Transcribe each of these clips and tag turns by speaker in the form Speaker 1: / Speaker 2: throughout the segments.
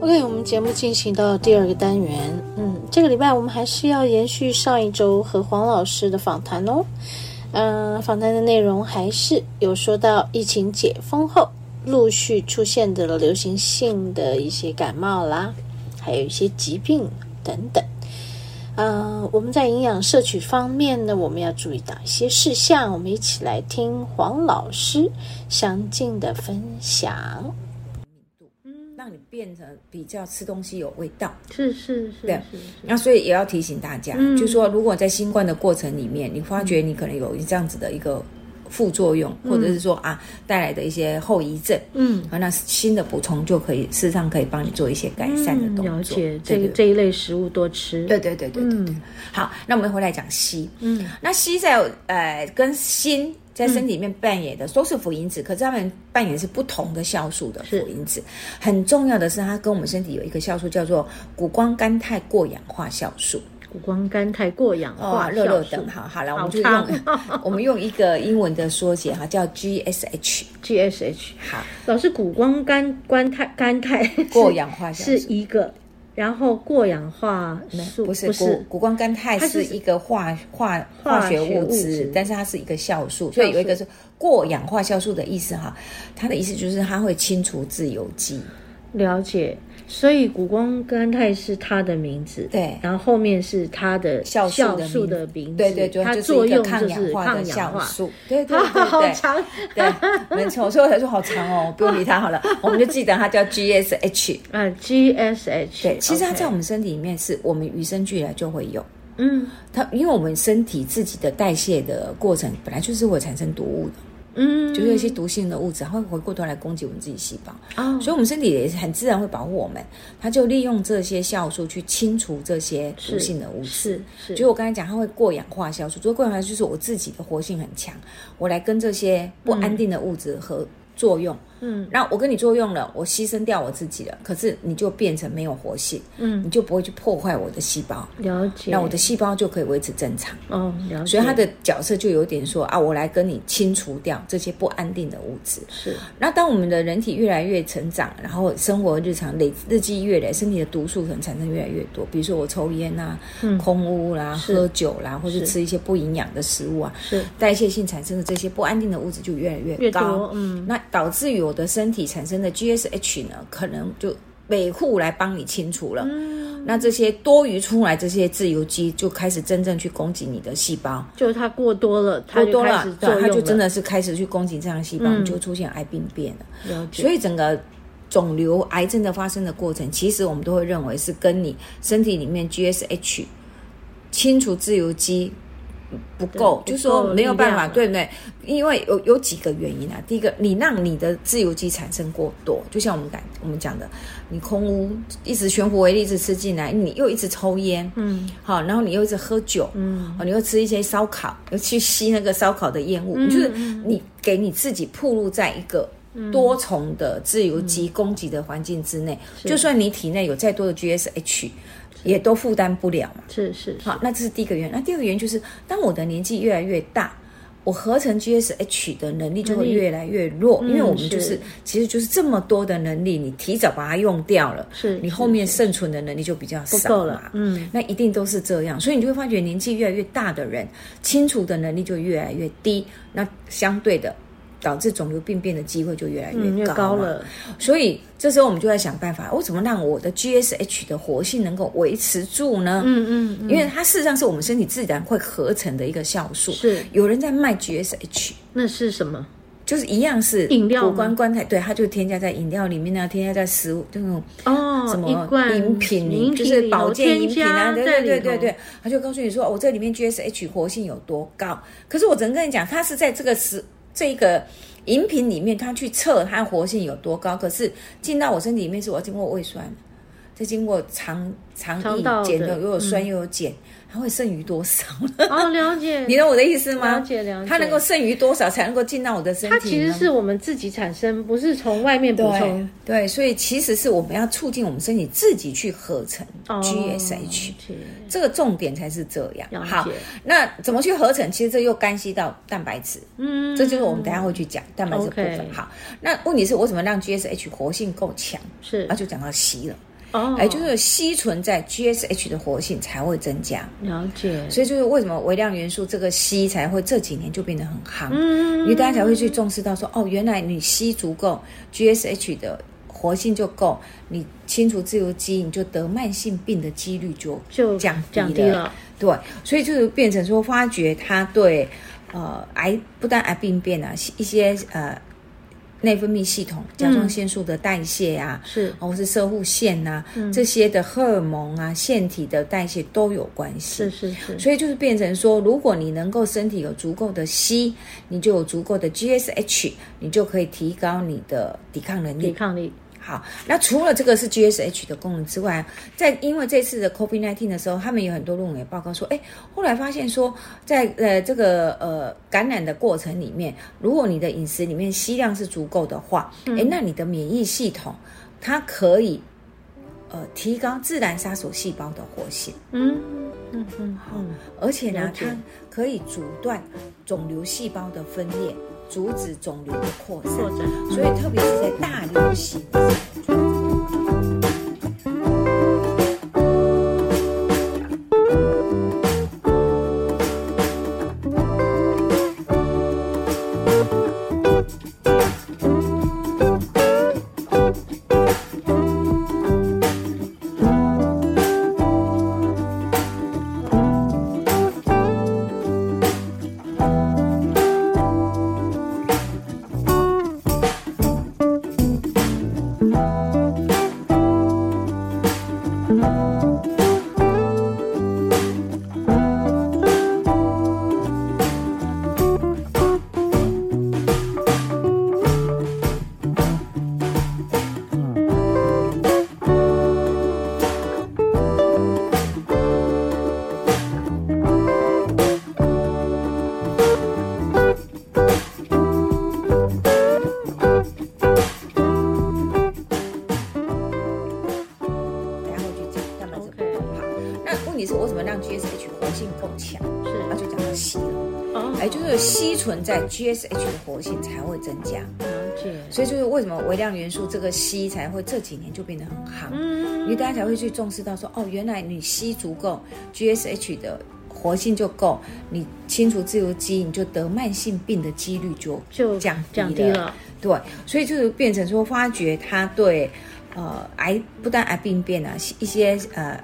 Speaker 1: OK，我们节目进行到第二个单元，嗯，这个礼拜我们还是要延续上一周和黄老师的访谈哦。嗯、访谈的内容还是有说到疫情解封后陆续出现的流行性的一些感冒啦，还有一些疾病等等。嗯、我们在营养摄取方面呢，我们要注意哪些事项？我们一起来听黄老师详尽的分享。
Speaker 2: 让你变成比较吃东西有味道。
Speaker 1: 是是是
Speaker 2: 对那所以也要提醒大家，
Speaker 1: 嗯
Speaker 2: 就是说，如果在新冠的过程里面，你发觉你可能有这样子的一个副作用，或者是说啊带来的一些后遗症，
Speaker 1: 嗯，
Speaker 2: 啊，那新的补充就可以，事实上可以帮你做一些改善的动作。
Speaker 1: 嗯、了解这
Speaker 2: 对对
Speaker 1: 这一类食物多吃。
Speaker 2: 对对对对对对
Speaker 1: 嗯。
Speaker 2: 好，那我们回来讲硒。
Speaker 1: 嗯
Speaker 2: 那硒在呃跟锌在身体里面扮演的都是辅因子，可是它们扮演的是不同的酵素的辅
Speaker 1: 是
Speaker 2: 因子。很重要的是，它跟我们身体有一个酵素叫做谷胱甘肽过氧化酵素。
Speaker 1: 谷胱甘肽过氧化
Speaker 2: 哇，
Speaker 1: 酵素，
Speaker 2: 哦热热等，好好了，我
Speaker 1: 哦好哦
Speaker 2: 们就
Speaker 1: 长
Speaker 2: 用 我们用一个英文的缩写哈，叫 GSH。
Speaker 1: GSH。
Speaker 2: 好，
Speaker 1: 老师，谷胱甘甘肽甘 肽
Speaker 2: 过氧化酵
Speaker 1: 是
Speaker 2: 素
Speaker 1: 是一个，然后过氧化素
Speaker 2: 不是
Speaker 1: 不
Speaker 2: 谷
Speaker 1: 是
Speaker 2: 谷胱甘肽
Speaker 1: 它就是是
Speaker 2: 一个化化
Speaker 1: 化
Speaker 2: 化学
Speaker 1: 学
Speaker 2: 物
Speaker 1: 物质
Speaker 2: 质，但是它是一个酵素，所以有一个是过氧化酵素的意思哈。它的意思就是它会清除自由基，
Speaker 1: 了解。所以谷胱甘肽是它的名字，
Speaker 2: 对
Speaker 1: 然后后面是它的
Speaker 2: 酵素的名
Speaker 1: 素的名字，
Speaker 2: 对对，就
Speaker 1: 它
Speaker 2: 就是
Speaker 1: 作
Speaker 2: 一个
Speaker 1: 用
Speaker 2: 抗
Speaker 1: 就是
Speaker 2: 氧化的
Speaker 1: 抗
Speaker 2: 酵
Speaker 1: 氧化。
Speaker 2: 素，对对
Speaker 1: 啊，
Speaker 2: 对
Speaker 1: 好
Speaker 2: 对。
Speaker 1: 长，
Speaker 2: 对，没错，所以我才说好长 哦，不用理它好了，我们就记得它叫 GSH。
Speaker 1: 啊，GSH。
Speaker 2: 对，其实它在我
Speaker 1: OK
Speaker 2: 们身体里面是我们与生俱来就会有。
Speaker 1: 嗯
Speaker 2: 它因为我们身体自己的代谢的过程本来就是会产生毒物的，
Speaker 1: 嗯，
Speaker 2: 就是有一些毒性的物质，它会回过头来攻击我们自己细胞，
Speaker 1: 哦
Speaker 2: 所以我们身体也很自然会保护我们，它就利用这些酵素去清除这些毒性的物质。
Speaker 1: 是是，
Speaker 2: 就我刚才讲，它会过氧化酵素，所以过氧化酵素就是我自己的活性很强，我来跟这些不安定的物质和作用。
Speaker 1: 嗯
Speaker 2: 那我跟你作用了，我牺牲掉我自己了，可是你就变成没有活性，
Speaker 1: 嗯
Speaker 2: 你就不会去破坏我的细胞，
Speaker 1: 了解。
Speaker 2: 那我的细胞就可以维持正常。
Speaker 1: 哦了解，
Speaker 2: 所以他的角色就有点说啊，我来跟你清除掉这些不安定的物质。
Speaker 1: 是
Speaker 2: 那当我们的人体越来越成长，然后生活日常累日积月累，身体的毒素可能产生越来越多，比如说我抽烟啊、
Speaker 1: 嗯
Speaker 2: 空污啦、
Speaker 1: 是
Speaker 2: 喝酒啦，或
Speaker 1: 是
Speaker 2: 是吃一些不营养的食物啊，
Speaker 1: 是
Speaker 2: 代谢性产生的这些不安定的物质就越来越
Speaker 1: 越
Speaker 2: 高
Speaker 1: 多。嗯
Speaker 2: 那导致于我的身体产生的 GSH 呢，可能就每户来帮你清除了。
Speaker 1: 嗯，
Speaker 2: 那这些多余出来这些自由基就开始真正去攻击你的细胞，
Speaker 1: 就是它过多了，它
Speaker 2: 过
Speaker 1: 就
Speaker 2: 多
Speaker 1: 开
Speaker 2: 了
Speaker 1: 始，作
Speaker 2: 对，
Speaker 1: 用
Speaker 2: 它
Speaker 1: 了，
Speaker 2: 就真的是开始去攻击这样的细胞，
Speaker 1: 嗯
Speaker 2: 你就出现癌病变了。
Speaker 1: 了解，
Speaker 2: 所以整个肿瘤、癌症的发生的过程，其实我们都会认为是跟你身体里面 GSH 清除自由基。不够，
Speaker 1: 对
Speaker 2: 就
Speaker 1: 不够
Speaker 2: 是说没有办
Speaker 1: 力量
Speaker 2: 法，
Speaker 1: 了
Speaker 2: 对不对？因为有有几个原因啊。第一个，你让你的自由基产生过多，就像我们讲我们讲的，你空污一直悬浮微粒一直吃进来，你又一直抽烟，
Speaker 1: 嗯
Speaker 2: 好，然后你又一直喝酒，
Speaker 1: 嗯
Speaker 2: 哦，你又吃一些烧烤，又去吸那个烧烤的烟雾，
Speaker 1: 嗯
Speaker 2: 就是
Speaker 1: 嗯
Speaker 2: 你给你自己暴露在一个多重的自由基攻击的环境之内，
Speaker 1: 嗯是
Speaker 2: 就算你体内有再多的 GSH，也都负担不了嘛。
Speaker 1: 是是是
Speaker 2: 好，啊那这是第一个原因。那第二个原因就是，当我的年纪越来越大。我合成 GSH 的能力就会
Speaker 1: 能力
Speaker 2: 越来越弱，因为
Speaker 1: 嗯
Speaker 2: 我们就是
Speaker 1: 是
Speaker 2: 其实就是这么多的能力，你提早把它用掉了，
Speaker 1: 是
Speaker 2: 你
Speaker 1: 是
Speaker 2: 后面
Speaker 1: 是
Speaker 2: 剩存的能力就比较
Speaker 1: 不
Speaker 2: 少
Speaker 1: 够
Speaker 2: 嘛
Speaker 1: 了，嗯
Speaker 2: 那一定都是这样，所以你就会发觉年纪越来越大的人，清除的能力就越来越低，那相对的导致肿瘤病变的机会就越来
Speaker 1: 嗯越
Speaker 2: 高,、
Speaker 1: 高。了，
Speaker 2: 所以这时候我们就在想办法，我怎么让我的 GSH 的活性能够维持住呢？
Speaker 1: 嗯嗯嗯，
Speaker 2: 因为它事实上是我们身体自然会合成的一个酵素。
Speaker 1: 是
Speaker 2: 有人在卖 GSH。
Speaker 1: 那是什么？
Speaker 2: 就是一样是
Speaker 1: 饮料吗
Speaker 2: 谷胱甘肽，对，它就添加在饮料里面啊，添加在食物，就那种
Speaker 1: 哦，
Speaker 2: 什
Speaker 1: 一
Speaker 2: 么
Speaker 1: 罐
Speaker 2: 饮品，
Speaker 1: 饮
Speaker 2: 就
Speaker 1: 品
Speaker 2: 是
Speaker 1: 里头
Speaker 2: 保健饮品啊，对
Speaker 1: 添加
Speaker 2: 对
Speaker 1: 在里
Speaker 2: 对对
Speaker 1: 头
Speaker 2: 对，他就告诉你说，哦我、这里面 GSH 活性有多高。可是我只能跟你讲，它是在这个食这个饮品哎里面，它去测它活性有多高。可是进到我身体里面是我要经过胃酸，再再经过肠肠
Speaker 1: 肠
Speaker 2: 液
Speaker 1: 道
Speaker 2: 碱
Speaker 1: 的
Speaker 2: 又又有酸
Speaker 1: 嗯
Speaker 2: 又有碱，它会剩余多少 呢？
Speaker 1: 哦，了解，
Speaker 2: 你懂我的意思吗？
Speaker 1: 了解了解
Speaker 2: 它能够剩余多少才能够进到我的身体
Speaker 1: 它
Speaker 2: 呢？
Speaker 1: 其实是我们自己产生，不是从外面补
Speaker 2: 对
Speaker 1: 充。
Speaker 2: 对，所以其实是我们要促进我们身体自己去合成
Speaker 1: 哦
Speaker 2: GSH，、
Speaker 1: 了解
Speaker 2: 这个重点才是这样。
Speaker 1: 了解
Speaker 2: 好，那怎么去合成？其实这又干系到蛋白质，
Speaker 1: 嗯，
Speaker 2: 这就是我们等一下会去讲蛋白质的部分。
Speaker 1: OK
Speaker 2: 好，那问题是我怎么让 GSH 活性够强？
Speaker 1: 是
Speaker 2: 那就讲到硒了，
Speaker 1: 哦，
Speaker 2: 哎、就是硒存在 GSH 的活性才会增加，
Speaker 1: 了解，
Speaker 2: 所以就是为什么微量元素这个硒才会这几年就变得很夯。
Speaker 1: 嗯
Speaker 2: 因为大家才会去重视到说，哦，原来你吸足够 GSH 的活性就够，你清除自由基，你就得慢性病的几率就
Speaker 1: 就
Speaker 2: 降低
Speaker 1: 降低了，
Speaker 2: 对，所以就是变成说，发觉它对呃癌不但癌病变啊，一些呃内分泌系
Speaker 1: 嗯
Speaker 2: 统、甲状腺素的代谢啊。
Speaker 1: 是
Speaker 2: 或是射护腺呐、啊，
Speaker 1: 嗯
Speaker 2: 这些的荷尔蒙啊、腺体的代谢都有关系。
Speaker 1: 是是是，
Speaker 2: 所以就是变成说，如果你能够身体有足够的硒，你就有足够的 GSH，你就可以提高你的抵抗能
Speaker 1: 抵
Speaker 2: 力。
Speaker 1: 抗力
Speaker 2: 好，那除了这个是 GSH 的功能之外，在因为这次的 COVID-19 的时候，他们有很多论文也报告说，哎，后来发现说，在呃这个呃感染的过程里面，如果你的饮食里面硒量是足够的话，哎、那你的免疫系统它可以呃提高自然杀手细胞的活性。
Speaker 1: 嗯嗯嗯，好，
Speaker 2: 而且呢
Speaker 1: 了，解
Speaker 2: 它可以阻断肿瘤细胞的分裂，阻止肿瘤的扩散。
Speaker 1: 扩展，
Speaker 2: 所以特别是在大流行的时候。等一下会去讲蛋白质部分。
Speaker 1: OK
Speaker 2: 好，那问题是我怎么让 GSH 活性够强？那
Speaker 1: 是
Speaker 2: 就讲到硒了，
Speaker 1: 哦，
Speaker 2: 哎，就是硒存在 GSH 的活性才会增加，
Speaker 1: 了解，
Speaker 2: 所以就是为什么微量元素这个硒才会这几年就变得很夯。因
Speaker 1: 嗯
Speaker 2: 为大家才会去重视到说，哦，原来你吸足够 GSH 的活性就够，你清除自由基，你就得慢性病的几率就
Speaker 1: 就
Speaker 2: 降
Speaker 1: 降
Speaker 2: 低
Speaker 1: 低了，
Speaker 2: 对，所以就是变成说，发觉它对呃癌不但癌病变啊，一些呃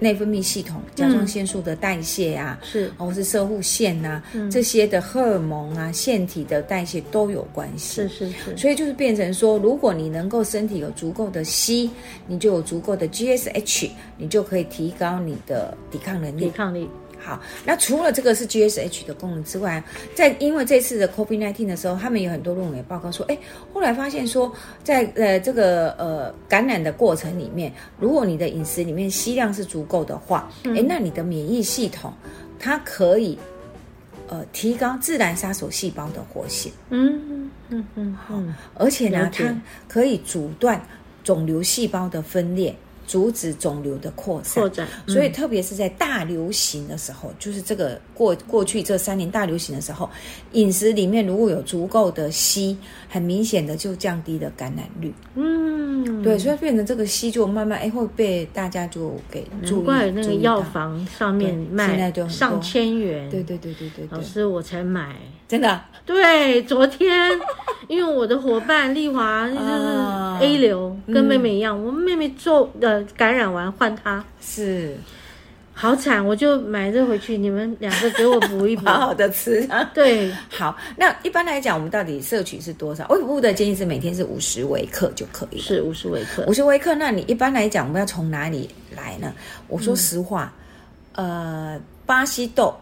Speaker 2: 内分泌系统、甲
Speaker 1: 嗯
Speaker 2: 状腺素的代谢啊。
Speaker 1: 是
Speaker 2: 或是射护腺呐、
Speaker 1: 嗯
Speaker 2: 这些的荷尔蒙啊、腺体的代谢都有关系。
Speaker 1: 是是是，
Speaker 2: 所以就是变成说，如果你能够身体有足够的硒，你就有足够的 GSH，你就可以提高你的抵抗能
Speaker 1: 抵
Speaker 2: 力。
Speaker 1: 抗力
Speaker 2: 好，那除了这个是 GSH 的功能之外，在因为这次的 COVID-19 的时候，他们有很多论文也报告说，哎，后来发现说，在呃这个呃感染的过程里面，如果你的饮食里面硒量是足够的话，哎、那你的免疫系统它可以呃提高自然杀手细胞的活性。
Speaker 1: 嗯嗯嗯嗯，
Speaker 2: 而且
Speaker 1: 了
Speaker 2: 呢，
Speaker 1: 解
Speaker 2: 它可以阻断肿瘤细胞的分裂，阻止肿瘤的扩散。
Speaker 1: 扩嗯展，
Speaker 2: 所以，特别是在大流行的时候，就是这个过过去这三年大流行的时候，饮食里面如果有足够的硒，很明显的就降低了感染率。
Speaker 1: 嗯，
Speaker 2: 对，所以变成这个硒就慢慢哎会被大家就给注
Speaker 1: 难
Speaker 2: 意
Speaker 1: 怪那
Speaker 2: 注
Speaker 1: 个
Speaker 2: 意
Speaker 1: 药
Speaker 2: 到
Speaker 1: 房上面
Speaker 2: 对现
Speaker 1: 卖
Speaker 2: 在就很多
Speaker 1: 上千元，
Speaker 2: 对对对对对
Speaker 1: 老
Speaker 2: 对，
Speaker 1: 师我才买。
Speaker 2: 真的啊
Speaker 1: 对，昨天因为我的伙伴丽华就是
Speaker 2: 啊
Speaker 1: A 流，跟妹妹一样，我妹妹做呃感染完换她，
Speaker 2: 是
Speaker 1: 好惨，我就买这回去，你们两个给我补一补。
Speaker 2: 好好的吃啊。
Speaker 1: 对，
Speaker 2: 好，那一般来讲，我们到底摄取是多少？卫福部的建议是每天是五十微克就可以了。
Speaker 1: 是五十微克
Speaker 2: 五，十微克，那你一般来讲，我们要从哪里来呢？我说实话，呃，巴西豆，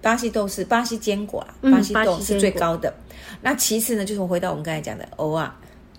Speaker 2: 巴西豆是巴西坚果啊，
Speaker 1: 嗯
Speaker 2: 巴西
Speaker 1: 巴西
Speaker 2: 豆
Speaker 1: 坚
Speaker 2: 是最
Speaker 1: 果
Speaker 2: 高的。那其次呢，就是回到我们刚才讲的藕啊，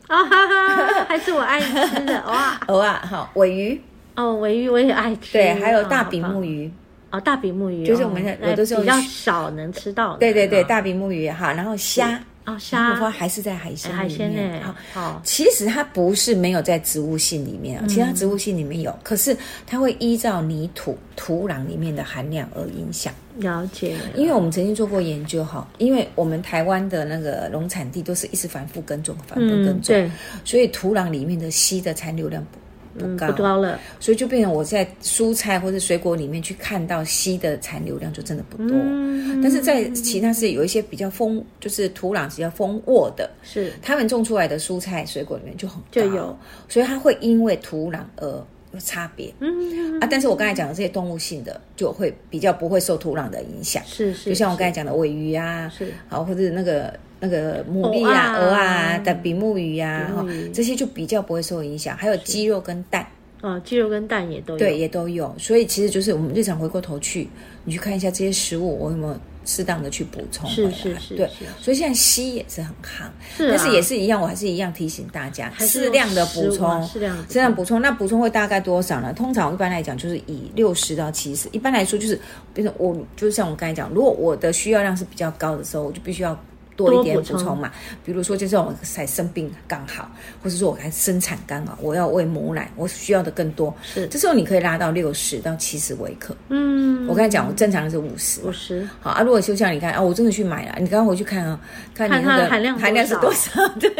Speaker 1: 啊哈哈，还是我爱吃 的哇！
Speaker 2: 偶尔哈尾鱼，
Speaker 1: 哦，尾鱼我也爱吃，
Speaker 2: 对，还有大
Speaker 1: 哦
Speaker 2: 比
Speaker 1: 好棒
Speaker 2: 目鱼，
Speaker 1: 哦，大比目鱼
Speaker 2: 就是我们的
Speaker 1: 哦
Speaker 2: 我都是
Speaker 1: 那比较
Speaker 2: 用
Speaker 1: 少能吃到的，
Speaker 2: 对对对，
Speaker 1: 哦
Speaker 2: 大比目鱼哈，然后虾，
Speaker 1: 哦
Speaker 2: 然
Speaker 1: 虾
Speaker 2: 后还是在海鲜
Speaker 1: 哎海
Speaker 2: 里
Speaker 1: 鲜
Speaker 2: 面
Speaker 1: 呢
Speaker 2: 哈。，
Speaker 1: 哦
Speaker 2: 其实它不是没有在植物性里
Speaker 1: 嗯
Speaker 2: 面啊，其实它植物性里面有，可是它会依照泥土土壤里面的含量而影响。
Speaker 1: 了解了，
Speaker 2: 因为我们曾经做过研究哈，因为我们台湾的那个农产地都是一直反复耕种，反复耕
Speaker 1: 嗯
Speaker 2: 种，
Speaker 1: 对，
Speaker 2: 所以土壤里面的硒的残留量不不
Speaker 1: 嗯
Speaker 2: 高，
Speaker 1: 不高了，
Speaker 2: 所以就变成我在蔬菜或者水果里面去看到硒的残留量就真的不多。
Speaker 1: 嗯，
Speaker 2: 但是在其他是有一些比较丰，就是土壤比较丰沃的，
Speaker 1: 是
Speaker 2: 他们种出来的蔬菜水果里面就很高
Speaker 1: 就有，
Speaker 2: 所以它会因为土壤而有差别、
Speaker 1: 嗯
Speaker 2: 啊。但是我刚才讲的这些动物性的就会比较不会受土壤的影响，
Speaker 1: 是是，
Speaker 2: 就像我刚才
Speaker 1: 才
Speaker 2: 讲的尾鱼啊，
Speaker 1: 是
Speaker 2: 好或者那个那个牡蛎啊、
Speaker 1: 藕
Speaker 2: 鹅
Speaker 1: 啊
Speaker 2: 啊、的比目鱼啊，
Speaker 1: 比
Speaker 2: 哈
Speaker 1: 目鱼，
Speaker 2: 这些就比较不会受影响。还有鸡肉跟蛋，
Speaker 1: 哦，鸡肉跟蛋也都有，
Speaker 2: 对，也都有。所以其实就是我们日常回过头去，你去看一下这些食物，我有没有适当的去补充回
Speaker 1: 是
Speaker 2: 来？
Speaker 1: 是是
Speaker 2: 对
Speaker 1: 是。
Speaker 2: 所以现在硒也是很夯，
Speaker 1: 是啊，
Speaker 2: 但是也是一样，我还是一样提醒大家
Speaker 1: 还是
Speaker 2: 适量的补
Speaker 1: 食物啊
Speaker 2: 充。
Speaker 1: 适量
Speaker 2: 适量补充，那补充会大概多少呢？通常一般来讲就是以六十到七十，一般来说就是，比如说我就像我刚才讲，如果我的需要量是比较高的时候，我就必须要多一点
Speaker 1: 多补
Speaker 2: 补
Speaker 1: 充
Speaker 2: 充嘛。比如说，就是我才生病刚好，或者说我才生产刚好，我要喂母奶，我需要的更多。
Speaker 1: 是
Speaker 2: 这时候你可以拉到六十到七十微克。
Speaker 1: 嗯，
Speaker 2: 我刚才讲，我正常的是五十。
Speaker 1: 五十
Speaker 2: 好啊，如果就像你看啊，我真的去买了，你刚刚回去看啊，看你那
Speaker 1: 看它
Speaker 2: 个
Speaker 1: 的含量多少嗯
Speaker 2: 含量是多少， 对，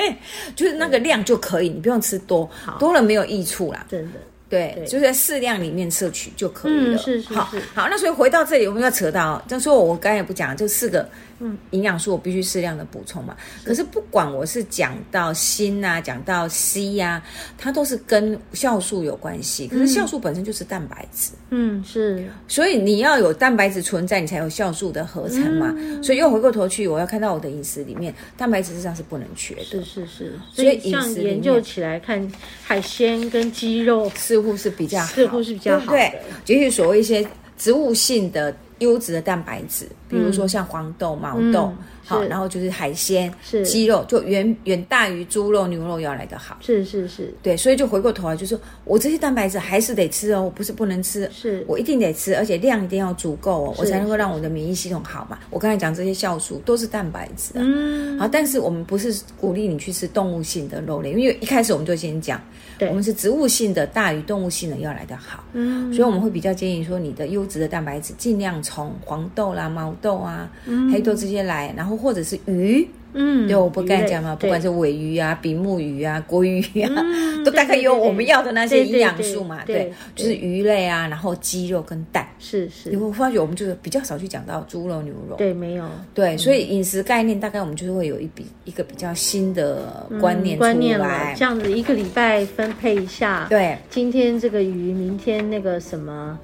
Speaker 2: 就是那个量就可以，你不用吃多，多了没有益处啦，
Speaker 1: 真的
Speaker 2: 对，
Speaker 1: 对
Speaker 2: 就是在适量里面摄取就可以了。
Speaker 1: 嗯是是
Speaker 2: 好
Speaker 1: 是
Speaker 2: 好，那所以回到这里，我们要扯到，就说我刚才也不讲，这四个嗯营养素我必须适量的补充嘛。可是不管我是讲到锌啊，讲到硒呀、它都是跟酵素有关系。可是酵素本身就是蛋白质，
Speaker 1: 嗯是
Speaker 2: 所以你要有蛋白质存在，你才有酵素的合成嘛。
Speaker 1: 嗯
Speaker 2: 所以又回过头去，我要看到我的饮食里面，蛋白质实际上是不能缺的，
Speaker 1: 是是是，所
Speaker 2: 所以
Speaker 1: 以
Speaker 2: 饮
Speaker 1: 像
Speaker 2: 食里
Speaker 1: 研究
Speaker 2: 面
Speaker 1: 起来看，海鲜跟鸡肉
Speaker 2: 似乎是比较好，
Speaker 1: 似乎是比较好的
Speaker 2: 对不对？也许所谓一些植物性的优质的蛋白质，比如说像黄豆、毛豆，
Speaker 1: 嗯
Speaker 2: 好，
Speaker 1: 是
Speaker 2: 然后就是海鲜
Speaker 1: 是、
Speaker 2: 鸡肉，就远远大于猪肉、牛肉要来的好。
Speaker 1: 是是是
Speaker 2: 对，所以就回过头来，就说我这些蛋白质还是得吃哦，我不是不能吃，
Speaker 1: 是
Speaker 2: 我一定得吃，而且量一定要足够哦，
Speaker 1: 是
Speaker 2: 我才能够让我的免疫系统好嘛。我刚才讲这些酵素都是蛋白质啊，
Speaker 1: 嗯
Speaker 2: 好，但是我们不是鼓励你去吃动物性的肉类，因为一开始我们就先讲，
Speaker 1: 对
Speaker 2: 我们是植物性的大于动物性的要来的好，
Speaker 1: 嗯
Speaker 2: 所以我们会比较建议说，你的优质的蛋白质尽量从黄豆啦、毛豆啊、黑豆这些来，然后或者是鱼。
Speaker 1: 嗯，
Speaker 2: 对，我不
Speaker 1: 鱼
Speaker 2: 刚才
Speaker 1: 类
Speaker 2: 讲嘛，不
Speaker 1: 对
Speaker 2: 管是尾鱼啊、比目鱼啊、国鱼啊，
Speaker 1: 嗯
Speaker 2: 都大概
Speaker 1: 对对
Speaker 2: 有
Speaker 1: 对
Speaker 2: 我们要的那
Speaker 1: 对
Speaker 2: 些
Speaker 1: 对
Speaker 2: 营养
Speaker 1: 对
Speaker 2: 素嘛，
Speaker 1: 对
Speaker 2: 对，
Speaker 1: 对
Speaker 2: 就是鱼类啊，然后鸡肉跟蛋。
Speaker 1: 是
Speaker 2: 你
Speaker 1: 是，
Speaker 2: 会发觉我们就是比较少去讲到猪肉、牛肉，
Speaker 1: 对，嗯没有
Speaker 2: 对，所以饮食概念大概我们就是会有一笔一个比较新的观念
Speaker 1: 嗯
Speaker 2: 出
Speaker 1: 观念
Speaker 2: 来
Speaker 1: 了，，这样子一个礼拜分配一下，，
Speaker 2: 对，
Speaker 1: 今天这个鱼，明天那个什么。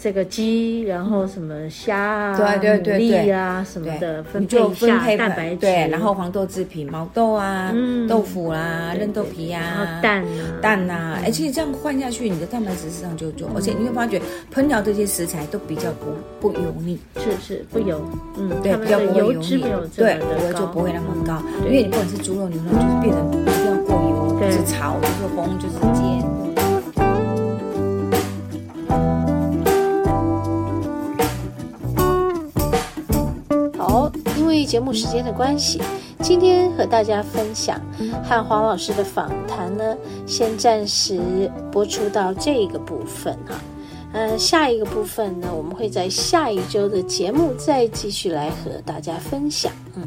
Speaker 1: 这个鸡，然后什么虾啊、
Speaker 2: 对对对
Speaker 1: 牡蛎
Speaker 2: 对
Speaker 1: 啊什么的，
Speaker 2: 你
Speaker 1: 分配
Speaker 2: 就
Speaker 1: 一
Speaker 2: 分
Speaker 1: 下
Speaker 2: 配
Speaker 1: 蛋
Speaker 2: 吧
Speaker 1: 白质，
Speaker 2: 对，然后黄豆制品、毛豆啊、
Speaker 1: 嗯
Speaker 2: 豆腐啦、
Speaker 1: 对
Speaker 2: 嫩豆
Speaker 1: 对
Speaker 2: 皮
Speaker 1: 然后
Speaker 2: 啊、
Speaker 1: 蛋啊，
Speaker 2: 蛋呐、而且这样换下去，你的蛋白质市场就就，而
Speaker 1: 嗯
Speaker 2: 且你会发觉烹调这些食材都比较不不油腻，
Speaker 1: 是是不油，嗯，
Speaker 2: 对，
Speaker 1: 它
Speaker 2: 比
Speaker 1: 们
Speaker 2: 较不
Speaker 1: 的
Speaker 2: 会
Speaker 1: 油
Speaker 2: 油
Speaker 1: 脂
Speaker 2: 腻
Speaker 1: 没有，这
Speaker 2: 对，
Speaker 1: 么
Speaker 2: 不
Speaker 1: 的
Speaker 2: 会
Speaker 1: 高，
Speaker 2: 就不会那么高，
Speaker 1: 对
Speaker 2: 因为你不管是猪肉、牛肉，就是变成一定要过油，
Speaker 1: 对
Speaker 2: 就是炒，就是烘，就是煎。
Speaker 1: 好，因为节目时间的关系，今天和大家分享和黄老师的访谈呢，先暂时播出到这个部分哈、呃，下一个部分呢，我们会在下一周的节目再继续来和大家分享。嗯，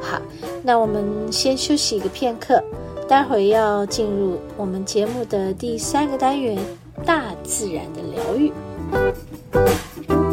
Speaker 1: 好，那我们先休息一个片刻，待会要进入我们节目的第三个单元——大自然的疗愈。